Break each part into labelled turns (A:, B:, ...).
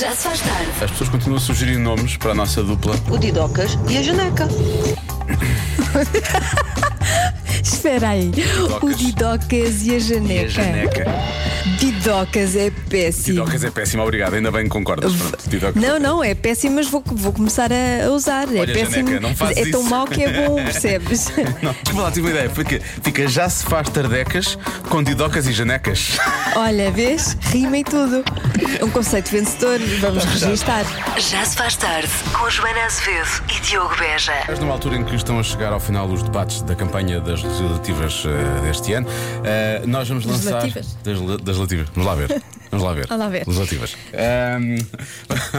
A: Já se faz tarde.
B: As pessoas continuam a sugerir nomes para a nossa dupla.
C: o Didocas e a Janeca.
D: Espera aí. O Didocas e a Janeca. Didocas é péssimo.
B: Tidocas é péssimo, obrigado. Ainda bem que concordas. Pronto, Tidocas.
D: Não, não, é péssimo, mas vou, vou começar a a usar. é
B: Olha,
D: péssimo.
B: Janeca, não fazes
D: é tão
B: isso.
D: mau que é bom, percebes?
B: Não, desculpa lá, tive uma ideia. Fica, fica já se faz tardecas com Tidocas e janecas.
D: Olha, vês? Rima e tudo. Um conceito vencedor, vamos registar.
A: Já se faz tarde com Joana Azevedo e Diogo Beja.
B: Estamos numa altura em que estão a chegar ao final os debates da campanha das legislativas eh, deste ano. Eh, nós vamos lançar.
D: Legislativas?
B: Das, le- das legislativas. Vamos lá ver. Vamos lá ver.
D: Vamos lá ver.
B: Legislativas. Ahm,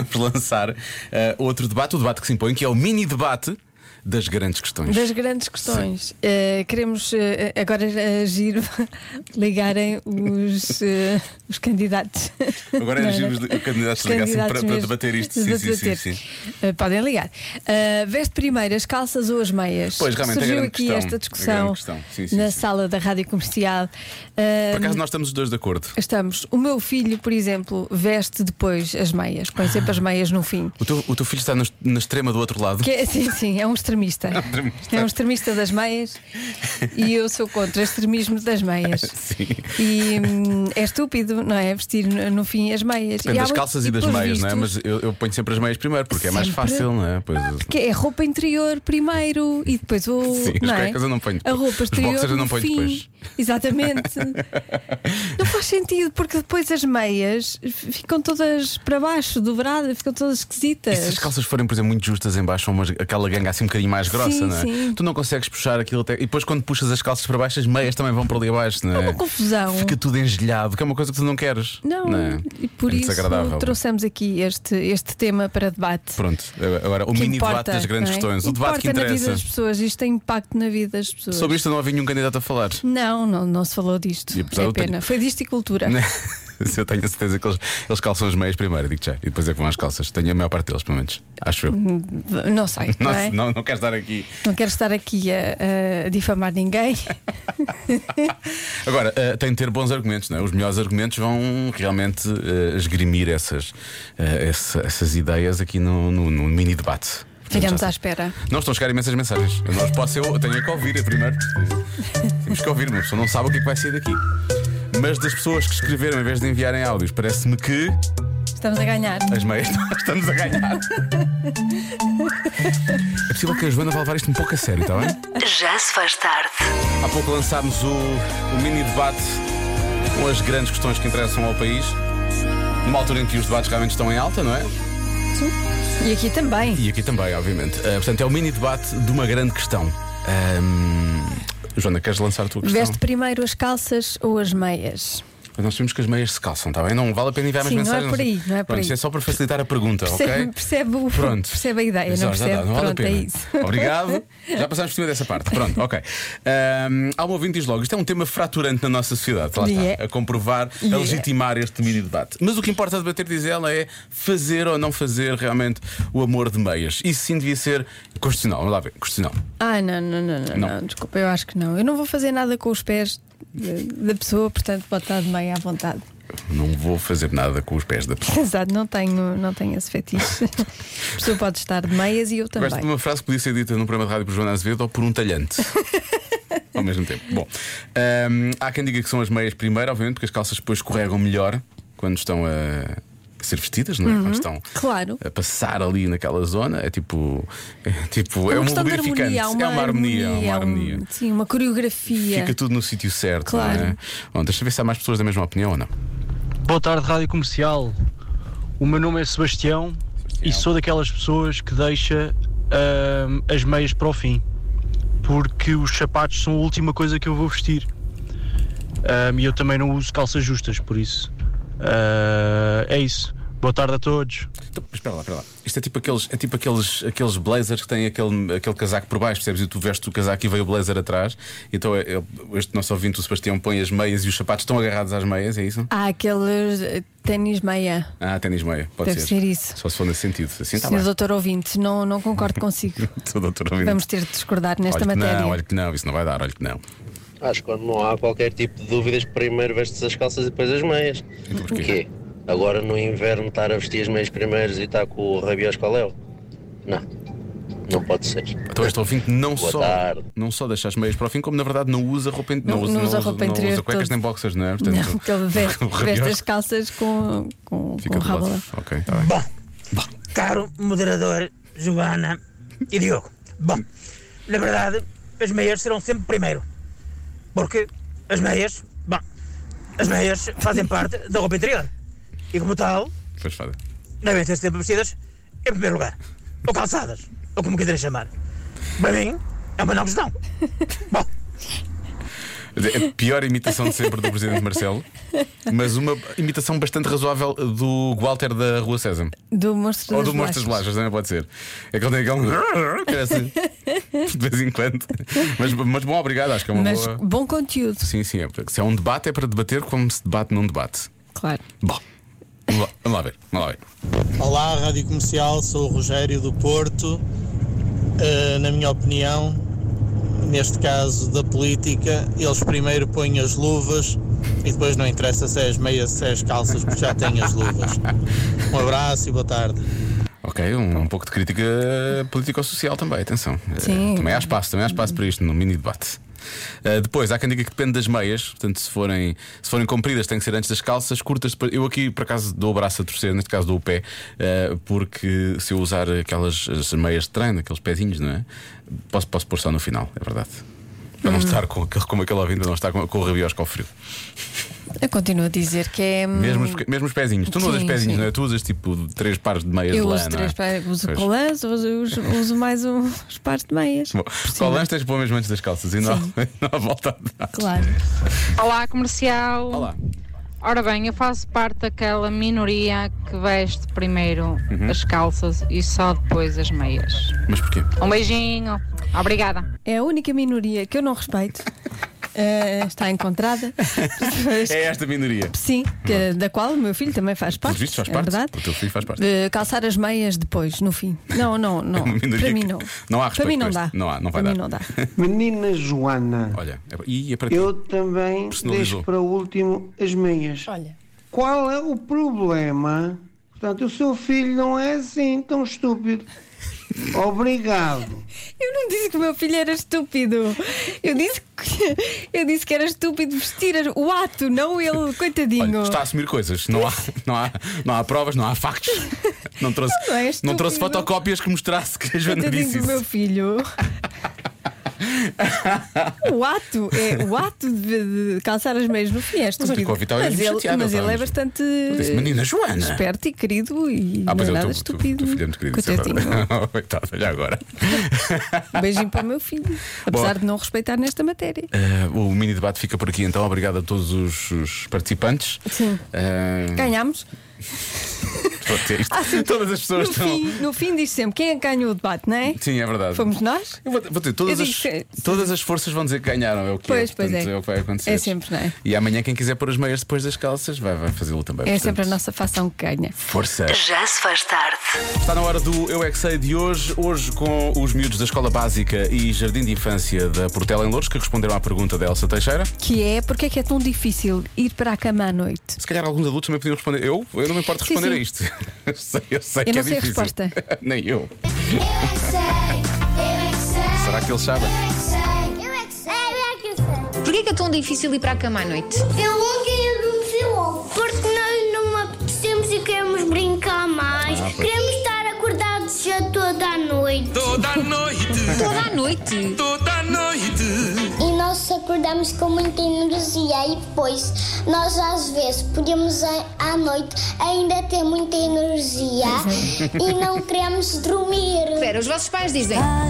B: vamos lançar eh, outro debate, o debate que se impõe, que é o mini debate das grandes questões.
D: Das grandes questões. Eh, queremos eh, agora agir, ligarem os, eh, os candidatos.
B: Agora
D: Não
B: agimos de- candidatos
D: Os
B: ligassem
D: candidatos
B: para- para
D: mesmo.
B: debater isto. Sim,
D: De
B: sim, sim,
D: debater.
B: sim.
D: Eh, podem ligar. Eh, veste primeiro as calças ou as meias?
B: Pois, realmente, é
D: Surgiu
B: grande
D: aqui
B: questão, é
D: esta
B: grande
D: discussão
B: questão. Sim, sim,
D: na
B: sim.
D: sala da rádio comercial.
B: Por
D: Eh,
B: acaso nós estamos os dois de acordo.
D: Estamos. O meu filho, por exemplo, veste depois as meias, põe sempre as meias no fim.
B: O teu, o teu filho está no- na extrema do outro lado.
D: Que é- sim, sim, é um extremista.
B: um extremista.
D: É um extremista das meias e eu sou contra o extremismo das meias.
B: Sim.
D: E hum, é estúpido, não é? Vestir no, no fim as meias.
B: Depende
D: há
B: das
D: muito-
B: calças e das
D: pelos
B: meias, não é?
D: vistos,
B: Mas eu, eu ponho sempre as meias primeiro, porque é mais
D: Sempre.
B: fácil, não é? Pois-
D: Porque é roupa interior primeiro e depois o.
B: Sim, as
D: não é?
B: cuecas eu não ponho
D: A
B: depois.
D: roupa
B: Os
D: exterior.
B: boxers eu
D: no
B: não ponho
D: fim.
B: depois.
D: Exatamente. não faz sentido, porque depois as meias ficam todas para baixo, dobradas, ficam todas
B: E
D: esquisitas.
B: se as calças forem, por exemplo, muito justas em baixo, umas, aquela ganga assim um bocadinho mais grossa,
D: Sim,
B: não é?
D: sim.
B: Tu não consegues puxar aquilo até. E depois, quando puxas as calças para baixo, as meias também vão para ali abaixo, não é?
D: uma confusão.
B: Fica tudo engelhado, que é uma coisa que tu não queres.
D: Não,
B: é?
D: e por
B: É
D: isso
B: desagradável.
D: trouxemos aqui este, este tema para debate.
B: Pronto, agora o
D: que
B: mini
D: importa,
B: debate das grandes
D: não é?
B: questões, o debate que
D: Importa na vida
B: interessa.
D: das pessoas, isto tem impacto na vida das pessoas.
B: Sobre isto não havia nenhum candidato a falar.
D: Não, não, não se falou disto.
B: E apesar
D: É
B: eu Né? tenho-
D: pena. Foi disto e cultura.
B: Se eu tenho a certeza que eles, eles calçam as meias primeiro, digo já, e depois é que vão às calças. Tenho a maior parte deles, pelo menos. Acho eu. Não,
D: Não sei. Não, é?
B: não, não quero estar aqui.
D: Não quero estar aqui a, a difamar ninguém.
B: Agora, eh, tem de ter bons argumentos, não é? Os melhores argumentos vão realmente eh, esgrimir essas, eh, essa- essas ideias aqui no, no- no mini debate. Portanto,
D: Ficamos
B: já
D: à
B: sei.
D: espera.
B: Não estão a chegar imensas mensagens. Eu Nós posso, eu tenho é que ouvir a primeiro. Temos que ouvir, uma pessoa não sabe o que é que vai sair daqui. Mas das pessoas que escreveram, em vez de enviarem áudios, parece-me que
D: Estamos a ganhar.
B: as meias nós estamos a ganhar. É possível que a Joana vá levar isto um pouco a sério, está bem?
A: Já se faz tarde.
B: Há pouco lançámos o, o mini debate com as grandes questões que interessam ao país. Numa altura em que os debates realmente estão em alta, não é?
D: E aqui também.
B: E aqui também, obviamente. Ah, portanto, é o mini debate de uma grande questão. Ahm, Joana, queres lançar a tua questão?
D: Veste primeiro as calças ou as meias?
B: Nós sabemos que as meias se calçam, está bem? Não vale a pena enviar mais
D: Sim, não é
B: mensagens.
D: por aí, não é por
B: Pronto,
D: aí.
B: isto é só para facilitar a pergunta,
D: Percebe,
B: ok?
D: percebe o-
B: Pronto.
D: percebe a ideia,
B: Já,
D: não
B: já
D: percebe?
B: dá, não vale
D: Pronto,
B: a
D: é
B: pena.
D: isso.
B: Obrigado. Já passámos por cima dessa parte. Pronto, ok. Ahm, há um ouvinte que diz logo: isto é um tema fraturante na nossa sociedade. Lá está,
D: Yeah.
B: a comprovar, a
D: Yeah.
B: legitimar este mini debate. Mas o que importa debater, diz ela, é fazer ou não fazer realmente o amor de meias. Isso sim devia ser constitucional. Vamos lá ver, constitucional.
D: Ah, não, não, não, não,
B: Não.
D: não, desculpa, eu acho que não. Eu não vou fazer nada com os pés de- da pessoa, portanto, pode estar de meia à vontade.
B: Não vou fazer nada com os pés da pessoa.
D: Exato, não tenho, não tenho esse fetiche. A pessoa pode estar de meias e eu também.
B: Gosto de uma frase que podia ser dita num programa de rádio por Joana Azevedo ou por um talhante. Ao mesmo tempo. Bom, hum, há quem diga que são as meias primeiro, obviamente, porque as calças depois escorregam melhor quando estão a ser vestidas, não é? Quando estão
D: Uhum. claro.
B: a passar ali naquela zona. É tipo. É, tipo,
D: É
B: é um
D: questão de
B: lubrificante.
D: harmonia, há uma
B: é uma harmonia. é uma
D: há um-
B: harmonia.
D: sim, uma coreografia.
B: Fica tudo no sítio certo,
D: Claro.
B: não é? Bom, deixa eu ver se há mais pessoas da mesma opinião ou não.
E: Boa tarde, Rádio Comercial. O meu nome é Sebastião, e sou daquelas pessoas que deixa ahm, as meias para o fim, porque os sapatos são a última coisa que eu vou vestir. Ahm, e eu também não uso calças justas, por isso. Ah, é isso. Boa tarde a todos.
B: Então, mas espera lá, espera lá. Isto é tipo aqueles, é tipo aqueles, aqueles blazers que têm aquele, aquele casaco por baixo, percebes? E tu vestes o casaco e veio o blazer atrás. Então é- é- este nosso ouvinte, o Sebastião, põe as meias e os sapatos estão agarrados às meias, é isso?
D: Há aqueles eh, ténis meia.
B: Ah, ténis meia, pode
D: Deve ser isso.
B: Só se for nesse sentido. Assim está
D: Senhor
B: bem.
D: doutor ouvinte, não, não concordo consigo.
B: Sou doutor ouvinte.
D: Vamos ter de discordar nesta
B: olha que
D: matéria.
B: Não, olha que não, isso não vai dar, olha que não.
F: Acho que quando não há qualquer tipo de dúvidas, primeiro vestes as calças e depois as meias.
B: Então porquê?
F: Porquê? Agora no inverno estar a vestir as meias primeiras e estar com o rabiós coléu. Não, não pode ser.
B: Então este ouvinte não
F: Boa
B: só,
F: tarde.
B: não só deixa as meias para o fim, como na verdade não usa roupa in-
D: Não- não usa roupa
B: não
D: interior
B: usa cuecas
D: todo.
B: nem boxers, não é?
D: não, que ele veste,
B: o rabiós
D: veste as calças com, com,
B: fica
D: com
B: do lado.
D: rabo.
B: Ok, está bem.
G: Bom, caro moderador Joana e Diogo. Bom, na verdade, as meias serão sempre primeiro. Porque as meias, bom, as meias fazem parte da roupa interior. E como tal,
B: Pois fada.
G: devem ser sempre vestidas em primeiro lugar. Ou calçadas, ou como quiserem chamar. Para mim, é uma não questão. Bom,
B: É A pior imitação de sempre do Presidente Marcelo, mas uma imitação bastante razoável do Walter da Rua César.
D: Do monstro
B: Ou
D: das
B: do Monstro das
D: Lajes.
B: Lajas, também pode ser. É que ele tem aquele. que é assim, de vez em quando. Mas, mas bom, obrigado, acho que é uma
D: Mas
B: boa.
D: bom conteúdo,
B: Sim, sim, é. Se é um debate, é para debater como se debate num debate.
D: claro.
B: Bom, vamos lá, vamos lá ver, vamos lá ver.
H: Olá, Rádio Comercial, sou o Rogério do Porto. Eh, na minha opinião, neste caso da política, eles primeiro põem as luvas e depois não interessa se é as meias, se é as calças, porque já têm as luvas. Um abraço e boa tarde.
B: Ok, um, um pouco de crítica político-social também, atenção. Eh,
D: Sim.
B: Também há espaço, também há espaço para isto no mini debate. Eh, depois, há quem diga que depende das meias, portanto, se forem, se forem compridas, tem que ser antes das calças, curtas. depois- Eu aqui, por acaso, dou o braço a torcer, neste caso, dou o pé, eh, porque se eu usar aquelas as meias de treino, aqueles pezinhos, não é? Posso, posso pôr só no final, é verdade. Para
D: Hum.
B: não estar com, aquele- como aquele ouvinte, não estar com, com o rabiosco ao frio.
D: Eu continuo a dizer que é. hum,
B: Mesmo, os, mesmo os pezinhos. Tu não usas
D: Sim,
B: pezinhos,
D: sim.
B: não é? Tu usas tipo três pares de meias
D: Eu
B: de lã,
D: uso
B: não é?
D: três pares, uso
B: Pois.
D: colãs, uso, uso- uso mais uns pares de meias.
B: Bom,
D: Por cima.
B: Colãs tens pelo mesmo antes das calças e não, há- não há volta a dar.
D: Claro.
I: Olá, comercial.
B: Olá.
I: Ora bem, eu faço parte daquela minoria que veste primeiro as calças e só depois as meias.
B: Mas porquê?
I: Um beijinho. Obrigada.
D: É a única minoria que eu não respeito. Eh, está encontrada. Pessoas-
B: É esta minoria.
D: Sim, que- da qual o meu filho também faz parte.
B: é? Pelos vistos, faz
D: é
B: parte.
D: verdade.
B: O teu filho faz parte.
D: De calçar as meias depois, no fim. Não, não, não.
B: É uma minoria
D: Oh, para mim
B: que-
D: não.
B: não há
D: Para
B: respeito
D: mim não
B: por
D: dá.
B: este. Não há, não vai
D: para
B: dar.
D: Mim não dá.
J: Menina Joana,
B: Olha, é, e é para ti.
J: eu também
B: Personalizou.
J: deixo para o último as meias.
D: Olha.
J: Qual é o problema? Portanto, o seu filho não é assim tão estúpido. Obrigado.
D: Eu não disse que o meu filho era estúpido. Eu disse que, eu disse que era estúpido vestir as- o ato, não ele, coitadinho.
B: Olha, está a assumir coisas. Não há, não, há, não há provas, não há factos. Não trouxe,
D: Não é
B: não trouxe
D: estúpido.
B: fotocópias que mostrasse que a Joana
D: Coitadinho
B: disse
D: do
B: isso.
D: meu filho. o ato é o ato de, de calçar as meias no fim é
B: olha que
D: estúpido.
B: o Vital é
D: mas
B: mesmo
D: ele,
B: chateado,
D: mas ele é
B: vamos.
D: bastante
B: disse, "Menina Joana."
D: esperto e querido e
B: é?
D: não
B: Ah, pois
D: é
B: é, o
D: nada
B: teu- o teu- o
D: estúpido.
B: teu filho é muito querido. isso é
D: Coitadinho.
B: verdade. Coitado, olha agora.
D: Um beijinho para o meu filho, apesar de não respeitar nesta matéria.
B: Eh, o mini debate fica por aqui então. Obrigado a todos os, os participantes.
D: Sim.
B: Eh,
D: Ganhámos.
B: pronto, é isto.
D: Ah, sim.
B: Todas
D: No
B: as pessoas estão.
D: fim, no fim diz sempre quem é que ganhou o debate, não é?
B: Sim, é verdade.
D: Fomos nós?
B: Eu vou, vou dizer, todas,
D: Eu
B: as,
D: digo que-
B: todas as forças vão dizer que ganharam, é o que
D: Pois,
B: é,
D: pois
B: portanto,
D: é.
B: o que vai acontecer.
D: É sempre, não é?
B: E amanhã, quem quiser pôr as meias depois das calças, vai, vai fazê-lo também.
D: É
B: portanto,
D: sempre a nossa fação que ganha.
B: Força!
A: Já se faz tarde.
B: Está na hora do Eu é que Sei de hoje, hoje com os miúdos da Escola Básica e Jardim de Infância da Portela em Louros, que responderam à pergunta da Elsa Teixeira.
D: Que é porque é que é tão difícil ir para a cama à noite?
B: Se calhar alguns adultos também podiam responder. Eu? Eu não me importo
D: Sim,
B: responder
D: sim.
B: a isto. eu sei, eu sei que
D: não
B: é
D: sei a
B: difícil.
D: resposta.
B: Nem eu. É Será É que eles sabem?
I: Porquê que é tão difícil ir para a cama à noite?
K: Eu ontem adormeci logo. Porque nós não apetecemos e queremos brincar mais. queremos estar acordados já toda a noite.
I: Toda à noite.
K: E nós acordamos com muita energia e depois nós às vezes podemos a- à noite ainda ter muita energia e não queremos dormir.
I: Espera, os vossos pais dizem.
L: Tá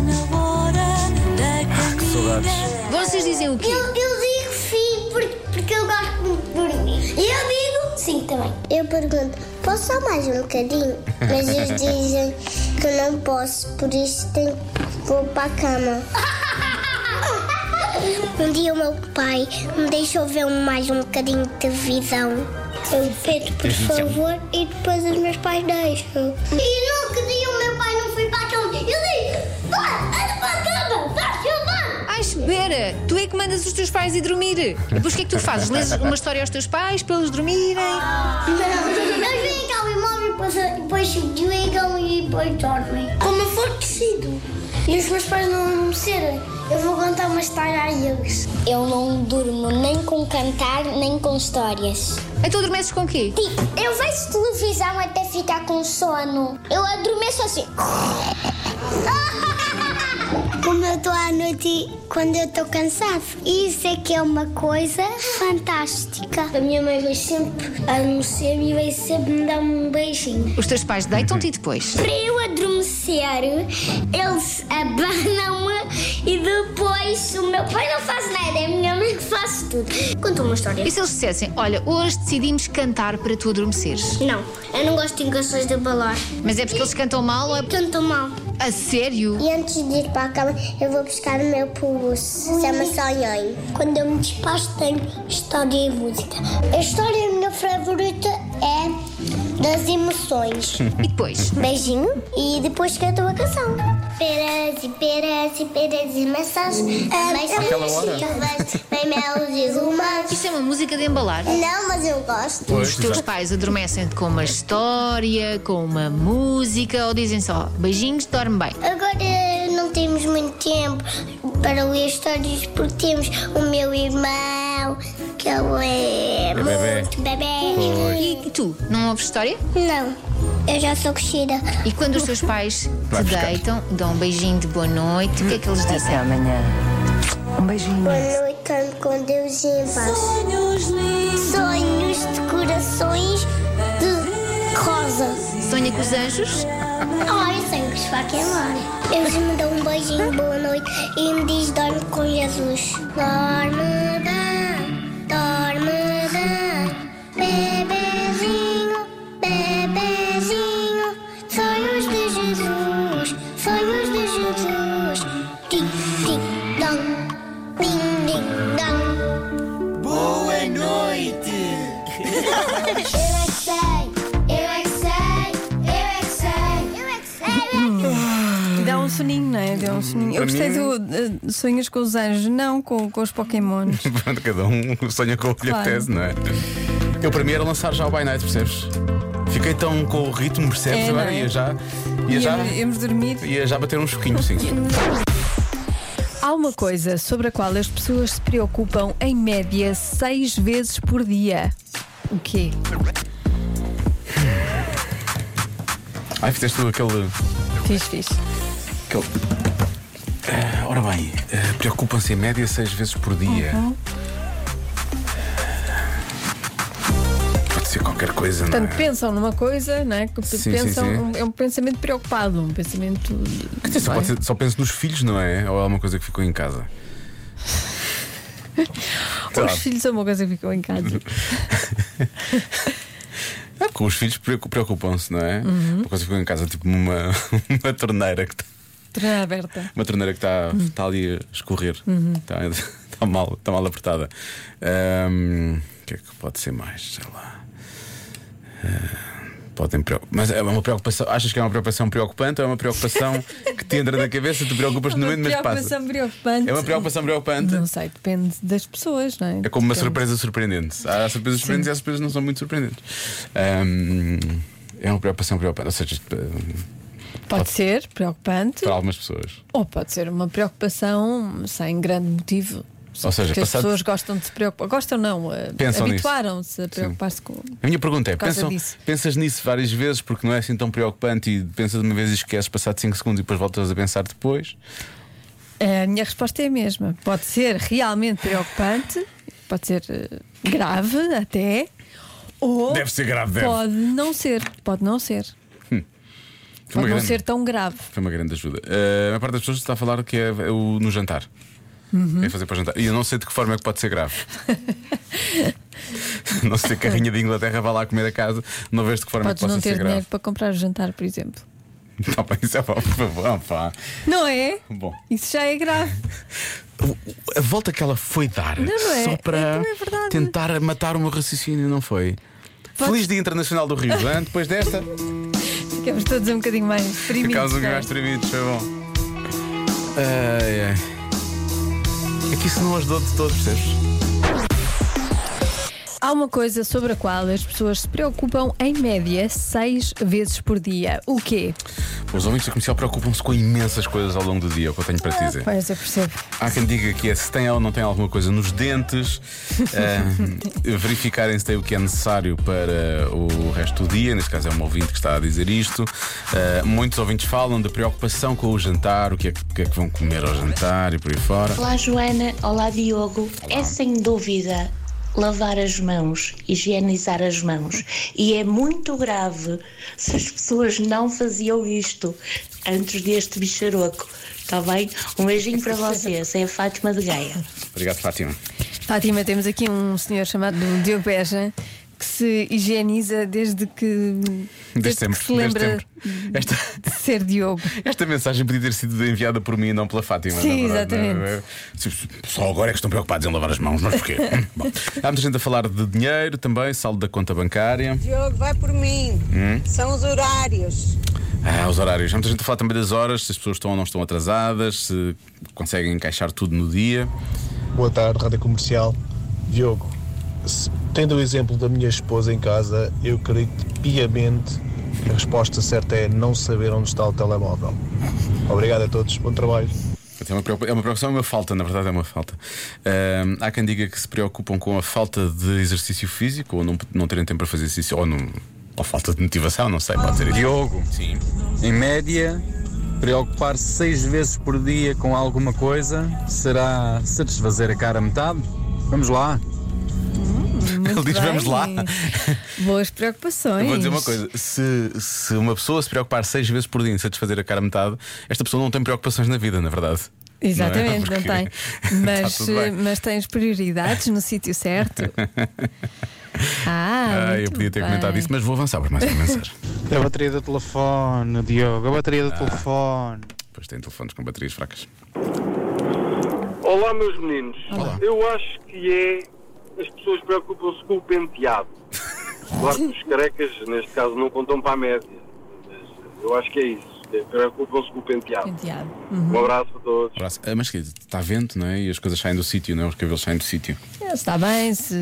B: Saudades.
I: Vocês dizem o quê?
K: Eu, eu digo sim porque, porque eu gosto muito de dormir. E eu digo sim também. Eu pergunto, posso só mais um bocadinho? Mas eles dizem que não posso, por isso tenho que vou para a cama. Um dia o meu pai me deixou ver mais um bocadinho de televisão. Eu pedi por favor e depois os meus pais deixam. E no que dia o meu pai não foi para a cama, um eu disse, vá, anda para a cama, vai-se
I: Ai, espera, tu é que mandas
L: mandas os teus pais ir dormir. E depois o que é que tu fazes? Lês uma história aos teus pais para eles dormirem?
K: Eles ligam o imóvel e depois- depois se desligam e depois dormem. Como eu for crescido e os meus pais não adormecerem, eu vou contar uma história a eles. Eu não durmo nem com cantar, nem com histórias.
L: Então adormeces com o quê?
K: Eu vejo televisão até ficar com sono. Eu adormeço assim. Como eu estou à noite e quando eu estou cansado. Isso é que é uma coisa fantástica. A minha mãe vai sempre adormecer-me e vai sempre me dar um beijinho.
L: Os teus pais deitam-te e depois?
K: Para eu adormecer, eles abanam-me e depois o meu pai não faz nada, é a minha mãe que faz tudo. Conta uma história.
L: E se eles dissessem, olha, hoje decidimos cantar para tu adormeceres?
K: Não, eu não gosto de canções de balão.
L: Mas é porque eles cantam mal ou é
K: Cantam mal.
L: A sério?
K: E antes de ir para a cama, eu vou buscar o meu pulso. Chama-se Sonhonho. Quando eu me despacho, tenho história e música. A história minha favorita é das emoções.
L: E depois?
K: Beijinho. E depois canto uma canção. Peras e peras e peras e maçãs.
L: Àquela hora?
K: Bem melos e zumbas.
L: Isso é uma música de embalar?
K: Não, mas eu gosto.
L: Os teus pais adormecem-te com uma história, com uma música ou dizem só beijinhos, dorme bem?
K: Agora não temos muito tempo para ler histórias porque temos o meu irmão, que ele é,
L: É bebé.
K: muito bebê.
L: E tu, não ouves história?
K: Não, eu já sou crescida.
L: E quando os teus pais
K: Vai
L: te
K: buscar.
D: Então-
L: deitam, dão um beijinho de boa noite, o que é que eles dizem? Até amanhã. Um beijinho.
K: Boa noite, ando com Deus e em paz. Sonhos Sonhos de corações de rosa.
L: Sonha com os anjos?
K: Ah, eu sonho com os faquelários. Eles me dão um beijinho, boa noite, e me diz dorme com Jesus. Dorme bem, dorme bem, bebezinho, bebezinho. Sonhos de Jesus, sonhos de Jesus. Tim, tim, dong, ding, ding, dong. Boa noite. Eu é que é sei, eu é que sei, eu é que sei, eu é que
D: Dá um soninho, não é? Dá um soninho. Eu
B: Para
D: gostei do
B: mim-
D: eh, Sonhas com os Anjos, não com, com os Pokémon.
B: Pronto, cada um sonha com o que lhe
D: Claro.
B: apetece, não é? Eu para mim era lançar já o By Night, percebes? Fiquei tão com o ritmo, percebes?
D: É, não
B: Agora
D: é?
B: ia já. Ia já.
D: Íamos dormir.
B: Ia já bater um choquinho, sim.
D: Há uma coisa sobre a qual as pessoas se preocupam em média seis vezes por dia. O quê?
B: Ai, fizeste tu aquele.
D: Fiz, fiz.
B: aquele... Ah, ora bem, ah, preocupam-se em média seis vezes por dia.
D: Uhum.
B: Pode ser qualquer coisa, não é?
D: Portanto, pensam numa coisa, não é? Que
B: Sim,
D: pensam,
B: sim, sim.
D: um- é um pensamento preocupado, um pensamento. é?
B: Só, pode ser- só penso nos filhos, não é? Ou é uma coisa que ficou em casa? Sei lá.
D: Os filhos são uma coisa que ficam em casa.
B: É, porque os filhos preocu- preocupam-se, não é?
D: Uhum.
B: Uma coisa que ficou em casa, tipo uma, uma torneira que tá-
D: Torneira aberta.
B: uma torneira que está tá ali a escorrer.
D: Uhum.
B: Está tá mal, tá mal apertada. Ahm, O que é que pode ser mais? Sei lá. Ah, Podem preocupar. Mas é uma preocupação. Achas que é uma preocupação preocupante ou é uma preocupação que te entra na cabeça, tu preocupas no momento, mas passa?
D: É preocupação preocupante.
B: É uma preocupação preocupante.
D: Não sei, depende das pessoas, não é?
B: É como uma
D: Depende.
B: surpresa surpreendente. Há surpresas surpreendentes e há surpresas que não são muito surpreendentes. Ahm, é uma preocupação preocupante. Ou seja, isto, ah,
D: Pode ser preocupante
B: para algumas pessoas.
D: ou pode ser uma preocupação sem grande motivo.
B: Ou seja,
D: Porque as
B: passado-
D: pessoas gostam de se preocupar. Gostam não, eh,
B: Pensam nisso.
D: habituaram-se a preocupar-se com.
B: A minha pergunta é:
D: Por causa
B: pensam-
D: disso.
B: pensas nisso várias vezes porque não é assim tão preocupante e pensas de uma vez e esqueces passado 5 segundos e depois voltas a pensar depois?
D: A minha resposta é a mesma. Pode ser realmente preocupante, pode ser eh, grave até, ou
B: Deve ser grave, deve.
D: pode não ser, pode não ser, pode
B: Foi uma,
D: não
B: grande,
D: ser tão grave.
B: foi uma grande ajuda. Ah, a parte das pessoas está a falar que é o, no jantar.
D: Uhum.
B: É fazer para o jantar. E eu não sei de que forma é que pode ser grave. não sei que a rainha de Inglaterra vai lá comer a casa, não vejo de que forma é que
D: Podes
B: possa
D: não ter
B: ser grave.
D: dinheiro para comprar o jantar, por exemplo.
B: Tá bem, isso é pá, por favor. Ah, pá.
D: Não é?
B: Bom,
D: Isso já é grave.
B: a volta que ela foi dar
D: Não, não é?
B: só
D: É
B: para
D: que é verdade.
B: tentar matar o meu raciocínio, não foi?
D: Pode-
B: Feliz Dia Internacional do Rio, hein? depois desta,
D: Ficamos todos um bocadinho mais exprimidos.
B: ficámos um
D: não é?
B: gajo tremidos, foi bom. Ai, ai. Aqui É que isso não ajudou de todo, percebes?
D: Há uma coisa sobre a qual as pessoas se preocupam em média seis vezes por dia. O quê?
B: Os ouvintes da comercial preocupam-se com imensas coisas ao longo do dia, é o que eu tenho para te dizer.
D: Pois, eu percebo.
B: Há quem diga que é se tem ou não tem alguma coisa nos dentes, eh, verificarem se tem o que é necessário para o resto do dia. Neste caso é um ouvinte que está a dizer isto. Eh, muitos ouvintes falam da preocupação com o jantar, o que é, que- o que é que vão comer ao jantar e por aí fora.
M: Olá Joana, olá Diogo. É sem dúvida lavar as mãos, higienizar as mãos. E é muito grave se as pessoas não faziam isto antes deste bicharoco. Está bem? Um beijinho para vocês. É a Fátima de Gaia.
B: Obrigado, Fátima.
D: Fátima, temos aqui um senhor chamado Diogo Beja que se higieniza desde que,
B: Desde
D: desde
B: sempre,
D: que se lembra
B: desde de
D: ser Diogo.
B: Esta mensagem podia ter sido enviada por mim e não pela Fátima.
D: Sim,
B: na verdade,
D: exatamente.
B: não é? Se- Só agora é que estão preocupados em lavar as mãos, mas porquê? Bom, há muita gente a falar de dinheiro também, saldo da conta bancária.
N: Diogo, vai por mim.
B: Hum.
N: São os horários.
B: Ah, os horários. Há muita gente a falar também das horas, se as pessoas estão ou não estão atrasadas, se conseguem encaixar tudo no dia.
O: Boa tarde, Rádio Comercial. Diogo, se- tendo o exemplo da minha esposa em casa, eu acredito piamente que a resposta certa é não saber onde está o telemóvel. Obrigado a todos, bom trabalho.
B: É uma preocupa- é uma preocupação, é uma falta, na verdade é uma falta. Ahm, há quem diga que se preocupam com a falta de exercício físico ou não, não terem tempo para fazer exercício ou, não- ou falta de motivação, não sei, pode ser isso.
P: Diogo,
B: Sim.
P: em média, preocupar-se seis vezes por dia com alguma coisa será satisfazer a cara a metade? Vamos lá.
D: Muito
B: Ele diz, "Vamos
D: bem.
B: lá."
D: Boas preocupações.
B: Eu vou dizer uma coisa: se, se uma pessoa se preocupar seis vezes por dia em satisfazer a cara a metade, esta pessoa não tem preocupações na vida, na verdade. Não é?
D: Exatamente, não,
B: Porque-
D: tem.
B: Tá
D: Mas,
B: tudo bem.
D: mas tens prioridades no sítio certo. Ah,
B: Ah, eu
D: muito
B: podia ter
D: bem.
B: comentado isso, mas vou avançar para mais uma mensagem.
Q: É A bateria do telefone, Diogo, é a bateria do telefone.
B: Depois tem telefones com baterias fracas.
R: Olá, meus meninos. Eu acho que é. As pessoas preocupam-se com o penteado. Claro que os carecas, neste caso, não contam para a média. Mas eu acho que é isso. É, Preocupam-se com o penteado.
D: penteado.
R: Um abraço para todos.
B: Abraço. Ah, mas que- está vento, não é? E as coisas saem do sítio, não é? Os cabelos saem do sítio.
D: Se Está bem, se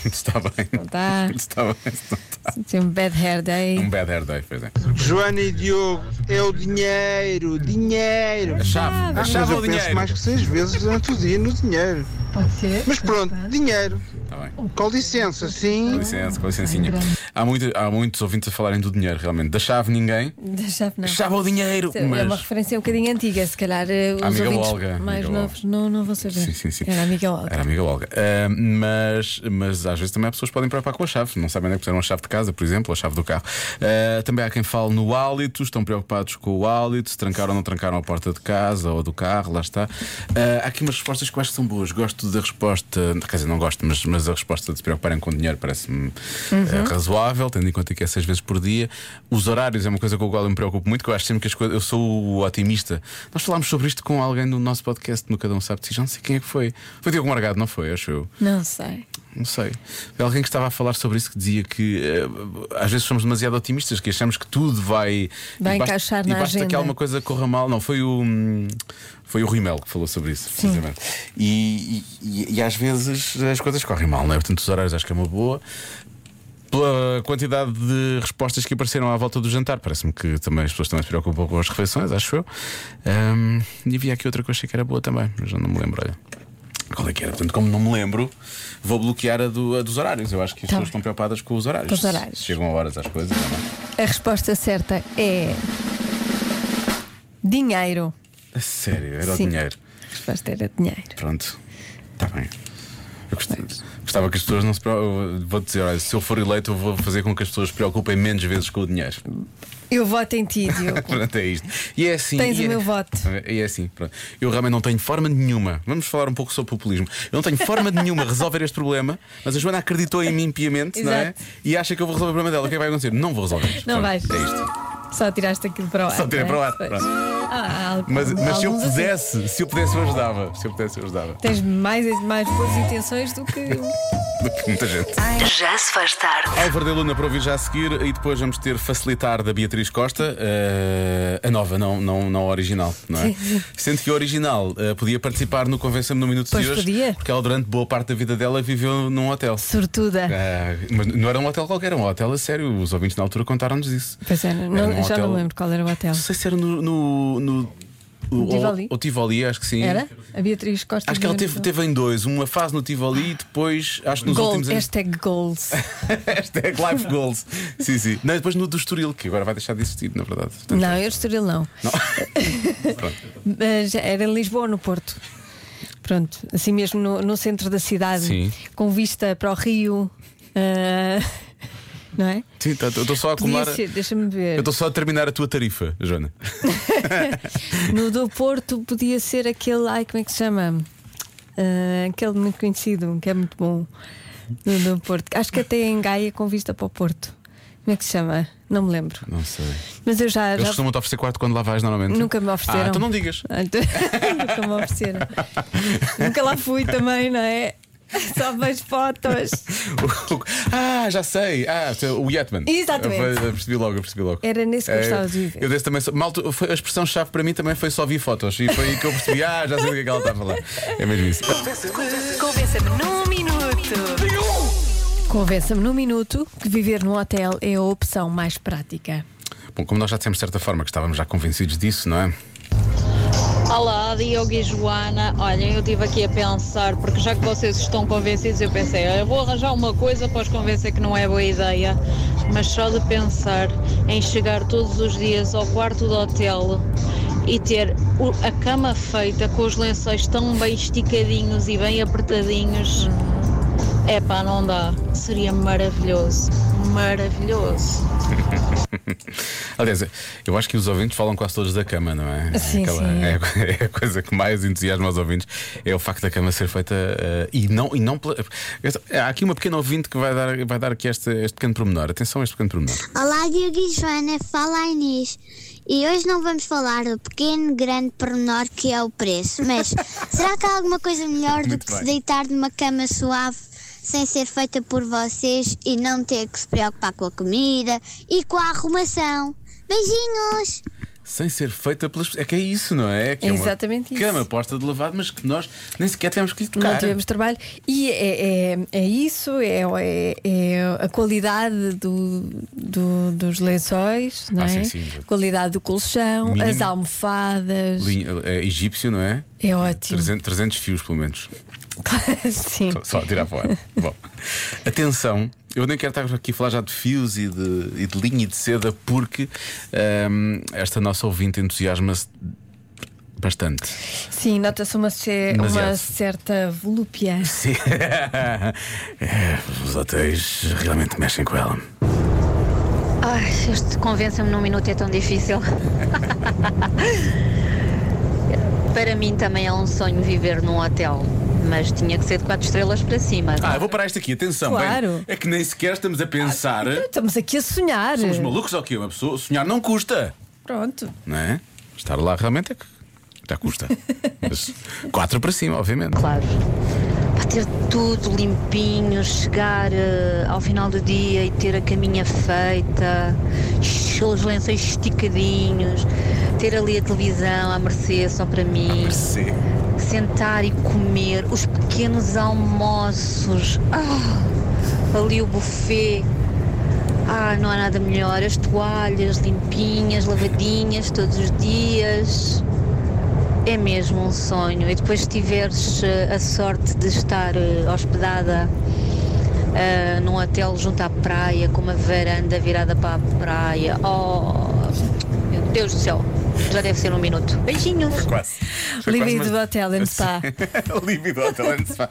B: Se está bem.
D: não tá. está.
B: Se está bem. se não está.
D: se Tem um bad hair day.
B: Um bad hair day, pois é.
Q: Joana e Diogo, é o dinheiro, dinheiro.
B: A chave, a
Q: Ah, mas
B: chave
Q: eu
B: ou o
Q: penso
B: dinheiro?
Q: mais que seis vezes durante o dia no dinheiro. Pode ser. Mas pronto, dinheiro.
B: Tá bem.
Q: Com licença, sim.
B: Com licença, com licencinha. Há, muito, há muitos ouvintes a falarem do dinheiro, realmente. Da chave, ninguém.
D: Da chave não.
B: Chave ao dinheiro,
D: É uma
B: mas-
D: referência um bocadinho antiga, se calhar eh, os
B: A amiga
D: ouvintes
B: Olga,
D: mais
B: amiga
D: novos não, não vão saber.
B: Sim, sim, sim.
D: Era a amiga Olga.
B: Era a amiga Olga. Ah, mas, mas às vezes também há pessoas que podem preocupar com a chave. Não sabem onde é que puseram a chave de casa, por exemplo, ou a chave do carro. Ah, também há quem fale no hálito, estão preocupados com o hálito, se trancaram ou não trancaram a porta de casa ou do carro, lá está. Ah, há aqui umas respostas que eu acho que são boas. Gosto da resposta, quer dizer, não gosto, mas, mas a resposta de se preocuparem com o dinheiro parece-me
S: Uhum.
B: ah, razoável, tendo em conta que é seis vezes por dia. Os horários é uma coisa com a qual eu me preocupo muito, que eu acho sempre que as coisas. Eu sou o otimista. Nós falámos sobre isto com alguém no nosso podcast, no Cada Um Sabe de Si, já não sei quem é que foi. Foi Diogo Margado, não foi? Acho eu.
D: Não sei.
B: Não sei. Foi Alguém que estava a falar sobre isso que dizia que eh, às vezes somos demasiado otimistas, que achamos que tudo vai.
D: Vai
B: e basta,
D: encaixar
B: e
D: na
B: basta que
D: agenda.
B: alguma coisa corra mal. Não, foi o. hum, Foi o Rui Mel que falou sobre isso,
D: Sim.
B: precisamente. E, e- e às vezes as coisas correm mal, não é? Portanto, os horários acho que é uma boa. Pela quantidade de respostas que apareceram à volta do jantar, parece-me que também as pessoas também se preocupam com as refeições, acho eu. Hum, e havia aqui outra que eu achei que era boa também, mas já não me lembro, olha. Qual é que era? Portanto, como não me lembro, vou bloquear a, do- a dos horários. Eu acho que as
D: Tá
B: pessoas
D: bem.
B: estão preocupadas com os horários.
D: Com os horários.
B: Chegam a horas às coisas. não é?
D: A resposta certa é. Dinheiro.
B: A sério, era
D: Sim.
B: o dinheiro.
D: A resposta era dinheiro.
B: Pronto, está bem. Eu gost- gostava que as pessoas não se preocupem. Vou dizer, olha, se eu for eleito, eu vou fazer com que as pessoas se preocupem menos vezes com o dinheiro.
D: Eu voto em ti, Diogo.
B: Pronto, é isto. E é assim.
D: Tens
B: e
D: o
B: é-
D: meu voto.
B: E é assim. Pronto. Eu realmente não tenho forma nenhuma. Vamos falar um pouco sobre populismo. Eu não tenho forma nenhuma de resolver este problema, mas a Joana acreditou em mim piamente, não é?
D: Exato.
B: E acha que eu vou resolver o problema dela. O que é que vai acontecer? Não vou resolver. isto.
D: Não
B: Pronto,
D: vais.
B: É isto.
D: Só tiraste aquilo para o ar.
B: Só tirei
D: não é?
B: para o ar.
D: Pois.
B: Pronto.
D: Ah, há al-
B: Mas, mas se eu
D: alguns assim.
B: pudesse, se eu pudesse, eu ajudava. Se eu pudesse, eu ajudava.
D: Tens mais, mais boas intenções do que um
B: do que muita gente.
A: Já se faz tarde.
B: Álvaro de Luna para ouvir já a seguir e depois vamos ter Facilitar da Beatriz Costa, eh, a nova, não, não, não a original, não é? Sendo que a original eh, podia participar no Convença-me no Minuto
D: Pois
B: de hoje,
D: podia.
B: porque ela durante boa parte da vida dela viveu num hotel.
D: Sortuda.
B: Ah, mas não era um hotel qualquer, era um hotel a sério. Os ouvintes na altura contaram-nos isso.
D: Pois é, não-
B: Era um
D: já
B: hotel-
D: não lembro qual era o hotel. Não
B: sei se era no. no, O,
D: Tivoli.
B: o, o Tivoli, acho que sim.
D: Era? A Beatriz Costa.
B: Acho que ela
D: Vieira
B: teve,
D: do-
B: teve em dois, uma fase no Tivoli e depois, acho que nos
D: Goal,
B: últimos anos.
D: Hashtag goals.
B: Hashtag Life Goals. sim, sim. Não, e depois no do Estoril, que agora vai deixar de existir, na verdade.
D: não, eu Estoril não. Mas era em Lisboa ou no Porto. Pronto, assim mesmo no, no centro da cidade,
B: Sim.
D: com vista para o rio. ah, não é?
B: Sim, tá, eu estou só a
D: Podia
B: acumular.
D: ser, deixa-me ver.
B: Eu estou só a terminar a tua tarifa, Joana.
D: No do Porto podia ser aquele, ai, como é que se chama? Ah, aquele muito conhecido, que é muito bom. No do Porto. Acho que até em Gaia com vista para o Porto. Como é que se chama? Não me lembro.
B: Não sei.
D: Mas eu já.
B: Eles
D: já-
B: costumam te oferecer quarto quando lá vais, normalmente.
D: Nunca me ofereceram.
B: Ah, então não digas.
D: Ah, então- Nunca me ofereceram. Nunca lá fui também, não é? Só vejo fotos.
B: ah, já sei. Ah, o Yatman.
D: Exatamente.
B: Eu fe- eu percebi logo, eu percebi logo.
D: Era nesse que eu
B: Eh,
D: gostava de viver.
B: Eu desse também. só- Malta, foi- a expressão-chave para mim também foi só vi fotos. E foi aí que eu percebi, ah, já sei do que é que ela está a falar. É mesmo isso.
A: Convença-me num minuto.
D: Convença-me num minuto que viver num hotel é a opção mais prática.
B: Bom, como nós já dissemos de certa forma que estávamos já convencidos disso, não é?
T: Olá, Diogo e Joana. Olhem, eu estive aqui a pensar, porque já que vocês estão convencidos, eu pensei, "Ah, eu vou arranjar uma coisa para os convencer que não é boa ideia. Mas só de pensar em chegar todos os dias ao quarto do hotel e ter o- a cama feita com os lençóis tão bem esticadinhos e bem apertadinhos,
M: Hum.
T: é pá, não dá. Seria maravilhoso. Maravilhoso.
B: Aliás, Ah, eu acho que os ouvintes falam quase todos da cama, não é?
T: Sim, sim.
B: É, a co- é a coisa que mais entusiasma os ouvintes é o facto da cama ser feita eh, e não. E não pela- Há aqui uma pequena ouvinte que vai dar, vai dar aqui este, este pequeno promenor. Atenção a este pequeno promenor.
U: Olá, Diogo e Joana, fala a Inês. E hoje não vamos falar do pequeno, grande pormenor que é o preço, mas será que há alguma coisa melhor do
V: Muito
U: que se
V: bem.
U: deitar numa cama suave sem ser feita por vocês e não ter que se preocupar com a comida e com a arrumação? Beijinhos!
B: Sem ser feita pelas. É que é isso, não é? É, que é uma
D: Exatamente isso.
B: Cama posta de lavado, mas que nós nem sequer tivemos que lhe tocar.
D: Não tivemos trabalho. E é, é- é isso, é, é- é a qualidade do- do- dos lençóis, não
B: Ah,
D: é?
B: sim, sim.
D: A qualidade do colchão,
B: Mínimo.
D: as almofadas.
B: Linha- é egípcio, não é?
D: É ótimo.
B: 300, 300 fios, pelo menos.
D: Sim.
B: Só- Só a tirar fora. Bom, atenção, eu nem quero estar aqui a falar já de fios e de, e de linha e de seda, porque hum, esta nossa ouvinte entusiasma-se bastante.
D: Sim, nota-se uma, ce- uma
B: Demasiado.
D: certa volúpia.
B: Sim. É, os hotéis realmente mexem com ela.
K: Ai, este convença-me num minuto é tão difícil. para mim também é um sonho viver num hotel, mas tinha que ser de quatro estrelas para cima.
B: Ah, eu vou parar isto aqui, atenção.
D: Claro.
B: Bem, é que nem sequer estamos a pensar.
D: Estamos aqui a sonhar.
B: Somos malucos ou quê? Uma pessoa sonhar não custa,
D: Pronto.
B: não é? Estar lá realmente é que já custa. Mas quatro para cima, obviamente.
K: Claro. Para ter tudo limpinho, chegar eh, ao final do dia e ter a caminha feita, os lençóis esticadinhos, ter ali a televisão à mercê só para mim. Sentar e comer, os pequenos almoços, ah, ali o buffet. Ah, não há nada melhor. As toalhas limpinhas, lavadinhas todos os dias. É mesmo um sonho. E depois, se tiveres eh, a sorte de estar eh, hospedada eh, num hotel junto à praia, com uma varanda virada para a praia. Oh, meu Deus do céu! Já deve ser um minuto. Beijinhos!
B: é Quase.
D: Libido do hotel and spa.
B: Lívido Hotel é Spa.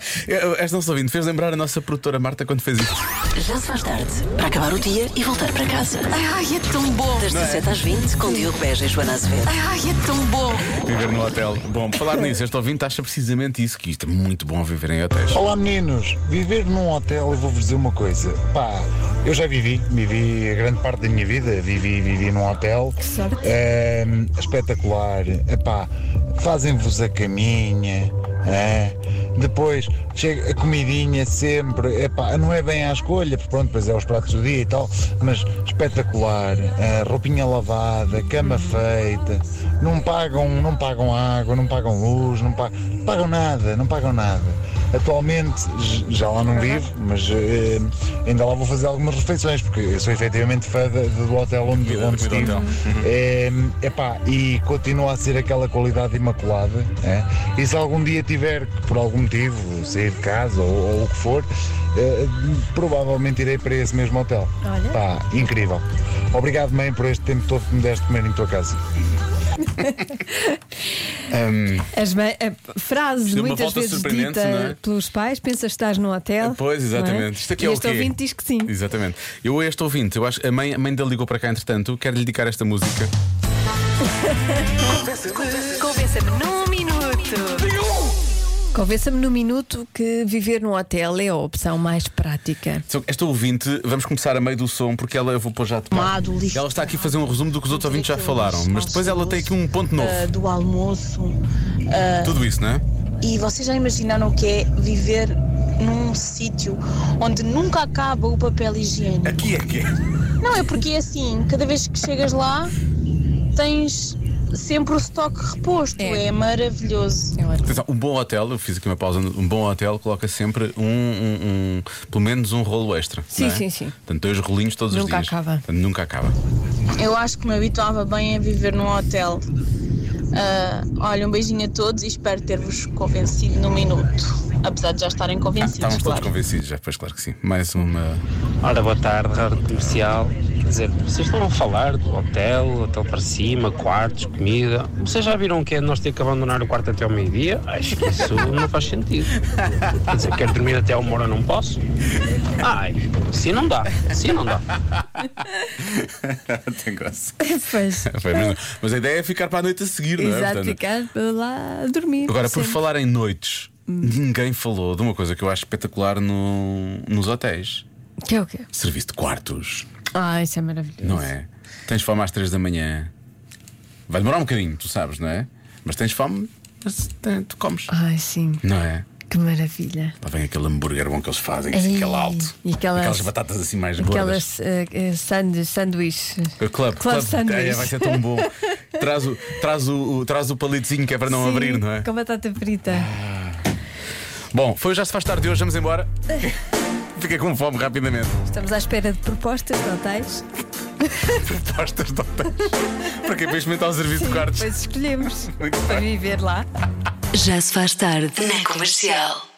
B: Esta nossa ouvinte fez lembrar a nossa produtora Marta quando fez isto.
A: Já se faz tarde. Para acabar o dia e voltar para casa. Ai, é tão bom. Das 17 às 20 com Diogo Beja e Joana Azevedo. Ai, é tão bom.
B: Viver num hotel. Bom, por falar nisso, este ouvinte acha precisamente isso, que isto é muito bom viver em hotéis.
W: Olá meninos, viver num hotel eu vou-vos dizer uma coisa. Pá, eu já vivi, vivi a grande parte da minha vida, vivi, vivi num hotel.
X: sorte.
W: Ehm, Ahm, espetacular. Epá, fazem-vos a caminha, É. Depois chega a comidinha sempre, epá, não é bem à escolha, porque pronto, pois é os pratos do dia e tal, mas espetacular, eh, roupinha lavada, cama feita, não pagam, não pagam água, não pagam luz, não pagam, não pagam nada, não pagam nada. Atualmente j- já lá não vivo, mas eh, ainda lá vou fazer algumas refeições, porque eu sou efetivamente fã de- de- do hotel onde,
B: comida
W: onde estive.
B: hotel. Uhum.
W: É, epá, e continua a ser aquela qualidade imaculada. é? E se algum dia tiver, que por algum motivo, sair de casa ou, ou o que for, eh, provavelmente irei para esse mesmo hotel.
C: Olha.
W: Pá, incrível. Obrigado, mãe, por este tempo todo que me deste comer em tua casa.
D: As mãe- a frase
W: Isto é uma
D: muitas
W: volta
D: vezes
B: surpreendente,
D: dita
B: não é?
D: pelos pais, pensas que estás no hotel.
B: Pois, exatamente.
D: não é?
B: Isto aqui
D: e
B: é o
D: este
B: quê?
D: ouvinte diz que sim.
B: Exatamente. Eu a este ouvinte, eu acho a mãe, a mãe dele ligou para cá, entretanto, quero lhe dedicar esta música.
D: Convença-me num minuto. Convença-me num minuto que viver num hotel é a opção mais prática.
B: Então, Esta ouvinte, vamos começar a meio do som, porque ela eu vou pôr já a tocar.
E: Amado, lixo.
B: Ela está aqui a fazer um resumo do que os outros ouvintes já falaram, mas depois ela tem aqui um ponto novo.
E: ah, do almoço. ah,
B: Tudo isso, não é?
E: E vocês já imaginaram o que é viver num sítio onde nunca acaba o papel higiênico?
B: Aqui é que é.
E: Não, é porque é assim, cada vez que chegas lá tens sempre o estoque reposto. É, maravilhoso.
D: É
B: Atenção, um bom hotel, eu fiz aqui uma pausa, um bom hotel coloca sempre um, um- um- pelo menos um rolo extra.
E: Sim,
B: não é?
E: sim, sim.
B: Portanto, dois rolinhos todos
E: Nunca
B: os dias.
E: acaba.
B: Portanto, nunca acaba.
E: Eu acho que me habituava bem a viver num hotel. Ah, olha, um beijinho a todos e espero ter-vos convencido num minuto. Apesar de já estarem
B: Ah,
E: convencidos,
B: estávamos todos
E: claro.
B: convencidos, já, pois claro que sim. Mais uma.
Y: Ora, boa tarde, Rádio Comercial. Quer dizer, vocês estão a falar do hotel, hotel para cima, quartos, comida. Vocês já viram que é nós ter que abandonar o quarto até ao meio-dia? Acho que isso não faz sentido. Quer dizer, quero dormir até uma hora, não posso? Ai, assim não dá, assim não dá.
B: Tem graça.
D: Pois.
B: Foi, mas, mas a ideia é ficar para a noite a seguir, não é?
D: Exato,
B: Portanto,
D: ficar lá a dormir.
B: Agora, por
D: sempre.
B: falar em noites, ninguém falou de uma coisa que eu acho espetacular no- nos hotéis:
D: Que é o quê?
B: serviço de quartos,
D: Ah, isso é maravilhoso.
B: não é? Tens fome às 3 da manhã. Vai demorar um bocadinho, tu sabes, não é? Mas tens fome, mas tem- tu comes,
D: Ai, sim,
B: não é?
D: que maravilha.
B: Lá vem aquele hambúrguer bom que eles fazem,
D: Ei,
B: assim, aquele alto.
D: e aquelas-
B: batatas assim mais gordas.
D: Aquelas eh, sanduíches. sanduíche.
B: O Club,
D: Club sandwich.
B: É, vai ser tão bom. traz, o, traz, o, o- traz o palitinho que é para não
D: Sim,
B: abrir, não é?
D: Com batata frita.
B: Bom, foi o Já Se Faz Tarde de hoje, vamos embora. Fiquei com fome rapidamente.
D: Estamos à espera de propostas de hotéis.
B: Propostas de hotéis. Para quem para experimentar o serviço de
D: Sim,
B: quartos.
D: Depois escolhemos
B: Muito
D: para viver lá.
A: Já se faz tarde na comercial.